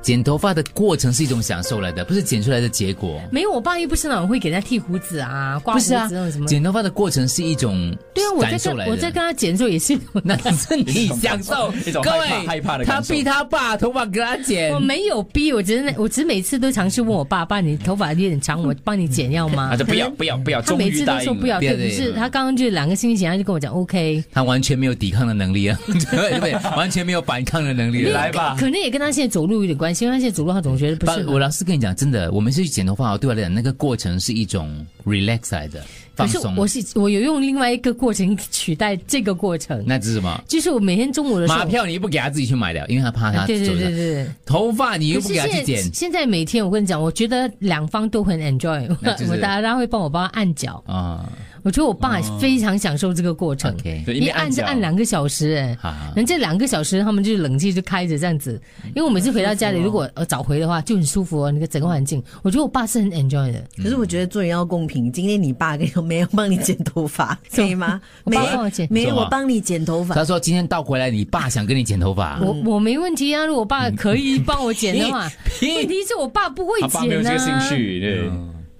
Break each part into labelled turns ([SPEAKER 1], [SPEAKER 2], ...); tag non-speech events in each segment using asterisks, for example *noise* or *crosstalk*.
[SPEAKER 1] 剪头发的过程是一种享受来的，不是剪出来的结果。
[SPEAKER 2] 没有，我爸又不是那种会给他剃胡子啊、刮
[SPEAKER 1] 不
[SPEAKER 2] 胡
[SPEAKER 1] 是
[SPEAKER 2] 子
[SPEAKER 1] 啊
[SPEAKER 2] 那种什，么。
[SPEAKER 1] 剪头发的过程是一种
[SPEAKER 2] 对啊，我在
[SPEAKER 1] 感受
[SPEAKER 2] 跟
[SPEAKER 1] 来的。
[SPEAKER 2] 我在跟他剪的时候也是，
[SPEAKER 1] *laughs* 那是你享受
[SPEAKER 3] *laughs* 一种
[SPEAKER 1] 各
[SPEAKER 3] 害
[SPEAKER 1] 位
[SPEAKER 3] 怕害怕的
[SPEAKER 1] 他
[SPEAKER 3] 感受
[SPEAKER 1] 逼他爸头发给他剪
[SPEAKER 2] 我，没有逼，我只是那我只是每次都尝试问我爸，爸你头发有点长，我帮你剪要吗
[SPEAKER 3] 啊，？就不要不要不要，
[SPEAKER 2] 他
[SPEAKER 3] 终
[SPEAKER 2] 每
[SPEAKER 3] 于
[SPEAKER 2] 次都
[SPEAKER 3] 答
[SPEAKER 2] 说
[SPEAKER 3] 应
[SPEAKER 2] 不
[SPEAKER 3] 了。
[SPEAKER 2] 要，
[SPEAKER 1] 对
[SPEAKER 2] 对，
[SPEAKER 1] 对
[SPEAKER 2] 可是他刚刚就两个星期前他就跟我讲 OK，
[SPEAKER 1] 他完全没有抵抗的能力啊， *laughs* 对不对？完全没有反抗的能力啊
[SPEAKER 3] 你
[SPEAKER 1] 了。
[SPEAKER 3] 来吧
[SPEAKER 2] 可能也跟他现在走路有点关系，因为他现在走路他总觉得 *laughs* 不
[SPEAKER 1] 但
[SPEAKER 2] 是嘛。
[SPEAKER 1] 我老实跟你讲，真的，我们是去剪头发哦，对我来讲，那个过程是一种 relax 来的
[SPEAKER 2] 可
[SPEAKER 1] 放
[SPEAKER 2] 是
[SPEAKER 1] 松。
[SPEAKER 2] 我是我有用另外一个过程取代这个过程，
[SPEAKER 1] 那是什么？
[SPEAKER 2] 就是我每天中午的时候，
[SPEAKER 1] 马票你又不给他自己去买了，因为他怕
[SPEAKER 2] 啊
[SPEAKER 1] 他
[SPEAKER 2] 对对
[SPEAKER 1] 走
[SPEAKER 2] 对
[SPEAKER 1] 了
[SPEAKER 2] 对对。
[SPEAKER 1] 头发你又
[SPEAKER 2] 可
[SPEAKER 1] 不给
[SPEAKER 2] 是
[SPEAKER 1] 他去
[SPEAKER 2] 现在
[SPEAKER 1] 剪
[SPEAKER 2] 现在每天我跟你讲，我觉得两方都
[SPEAKER 1] *laughs*
[SPEAKER 2] 很 enjoy，
[SPEAKER 1] 那就是
[SPEAKER 2] 我大家会帮我帮他按脚，
[SPEAKER 1] 啊、
[SPEAKER 2] 我觉得我爸非常享受这个过程。
[SPEAKER 1] OK，
[SPEAKER 3] 对，因
[SPEAKER 2] 一
[SPEAKER 3] 为
[SPEAKER 2] 按
[SPEAKER 3] 按
[SPEAKER 2] 就
[SPEAKER 3] 脚
[SPEAKER 2] 按两个小时，哎
[SPEAKER 1] 好好，嗯
[SPEAKER 2] 人这两个小时他们就冷气就开着这样子，因为我每次回到家里，
[SPEAKER 1] 啊
[SPEAKER 2] 如果呃早回的话就很舒服哦，那个整个环境，我觉得我爸是很 enjoy 的。
[SPEAKER 4] 可是我觉得做人要公平，今天你爸跟我没有帮你剪头发，可以吗？
[SPEAKER 2] 我
[SPEAKER 4] 没
[SPEAKER 2] 爸帮我剪
[SPEAKER 4] 没
[SPEAKER 1] 什
[SPEAKER 4] 有
[SPEAKER 1] 么
[SPEAKER 4] 我帮你剪头发，
[SPEAKER 1] 他说今天倒回来，你爸想跟你剪头发，
[SPEAKER 2] 我我没问题啊，如果我爸可以帮我剪的话，
[SPEAKER 1] 你
[SPEAKER 2] *laughs* 问题是我爸不会
[SPEAKER 3] 他爸没有
[SPEAKER 2] 剪
[SPEAKER 3] 这个兴
[SPEAKER 2] 啊。
[SPEAKER 3] 趣，对，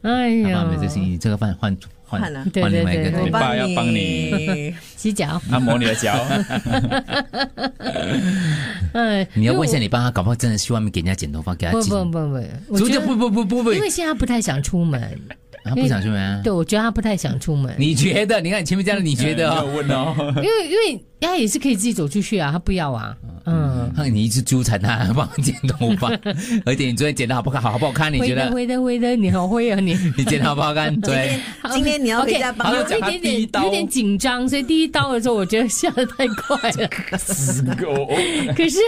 [SPEAKER 2] 哎
[SPEAKER 1] 他爸
[SPEAKER 2] 呀，
[SPEAKER 1] 没这心意，这个换换换
[SPEAKER 4] 换了
[SPEAKER 2] 对对
[SPEAKER 1] 换另外一个
[SPEAKER 2] 对
[SPEAKER 4] 我
[SPEAKER 3] 你爸要帮
[SPEAKER 4] 你
[SPEAKER 3] 你。
[SPEAKER 2] 洗脚，
[SPEAKER 3] 按摩你的脚。
[SPEAKER 2] 嗯，
[SPEAKER 1] 你要问一下
[SPEAKER 2] 因为
[SPEAKER 1] 你爸，他搞不好真的去外面给人家剪头发，给他
[SPEAKER 2] 我。
[SPEAKER 1] 剪，
[SPEAKER 2] 不不不不，我
[SPEAKER 1] 怎么就
[SPEAKER 2] 觉得
[SPEAKER 1] 不不不不不，
[SPEAKER 2] 因为现在他不太想出门，
[SPEAKER 1] 他不想去吗？
[SPEAKER 2] 对我觉得他不太想出门，
[SPEAKER 1] 你觉得？你看你前面这样，你觉得
[SPEAKER 3] 没有
[SPEAKER 1] 哦？
[SPEAKER 3] 问哦。
[SPEAKER 2] 因为因为他也是可以自己走出去啊，他不要啊，嗯。
[SPEAKER 1] 那 *laughs* 你一直纠缠他，帮他剪头发， *laughs* 而且你昨天剪的好不好？好不好看？你
[SPEAKER 2] 会
[SPEAKER 1] 觉
[SPEAKER 2] 的
[SPEAKER 1] 得？
[SPEAKER 2] 会的会的，你好会啊你！
[SPEAKER 1] *laughs* 你剪的好不好
[SPEAKER 2] *laughs*
[SPEAKER 1] 看？对，
[SPEAKER 4] 今天你要回
[SPEAKER 2] OK，
[SPEAKER 4] 家帮
[SPEAKER 3] 他
[SPEAKER 2] 有
[SPEAKER 3] 就讲他
[SPEAKER 2] 一点
[SPEAKER 3] 第一
[SPEAKER 2] 点
[SPEAKER 3] 刀
[SPEAKER 2] 有点紧张，所以第一刀的时候我觉得下的太快了。
[SPEAKER 3] 我我
[SPEAKER 2] 可是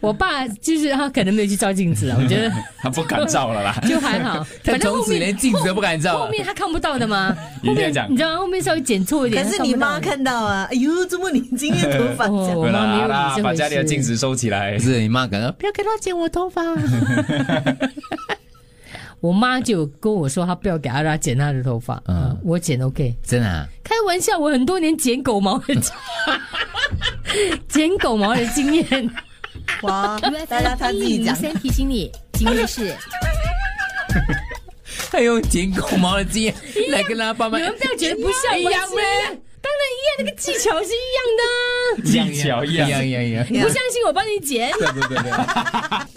[SPEAKER 2] 我爸就是他可能没有去照镜子啊，我觉得
[SPEAKER 3] 他不敢照了啦。
[SPEAKER 2] 就还好。
[SPEAKER 1] 他
[SPEAKER 2] 反正
[SPEAKER 1] 从
[SPEAKER 2] 后
[SPEAKER 1] 此
[SPEAKER 2] 面
[SPEAKER 1] 连啊镜子都不敢照
[SPEAKER 2] 后。面他看不到的嘛，
[SPEAKER 3] 一
[SPEAKER 2] 后
[SPEAKER 3] 定
[SPEAKER 2] 面
[SPEAKER 3] 要讲
[SPEAKER 2] 你知道吗后面稍微剪错一点，
[SPEAKER 4] 可是
[SPEAKER 2] 他
[SPEAKER 4] 你
[SPEAKER 2] 不到
[SPEAKER 4] 妈看到啊，哎呦，怎么你今天头发
[SPEAKER 2] 哦
[SPEAKER 4] 剪？
[SPEAKER 2] 我妈没
[SPEAKER 3] 啦
[SPEAKER 2] 有
[SPEAKER 3] 啦，
[SPEAKER 2] 这回
[SPEAKER 3] 把家里的
[SPEAKER 2] 事
[SPEAKER 3] 镜子收起来
[SPEAKER 1] 不。是你妈感到
[SPEAKER 2] 不要给他剪我头发。啊 *laughs* 我妈就跟我说，她不要给她让她剪她的头发。
[SPEAKER 1] 嗯
[SPEAKER 2] 嗯，我剪 OK。
[SPEAKER 1] 真的啊？
[SPEAKER 2] 开玩笑，我很多年剪狗毛的，
[SPEAKER 4] *laughs*
[SPEAKER 2] 剪狗毛的经验。
[SPEAKER 4] 哇， *laughs* 大家他自己讲，
[SPEAKER 5] 先提醒你，今天
[SPEAKER 4] *laughs*
[SPEAKER 5] 是
[SPEAKER 1] 他用哎剪狗毛的
[SPEAKER 2] *laughs*
[SPEAKER 1] 经验来跟他爸妈
[SPEAKER 2] 你们不要觉得不像
[SPEAKER 4] 哎
[SPEAKER 1] 一样呗？
[SPEAKER 2] 当然一样，那个技巧是
[SPEAKER 4] 哎
[SPEAKER 2] 一样的啊。
[SPEAKER 3] 技巧一样
[SPEAKER 2] *laughs*
[SPEAKER 1] 一样一样。
[SPEAKER 2] 不相信我帮你剪。
[SPEAKER 1] 对对对对。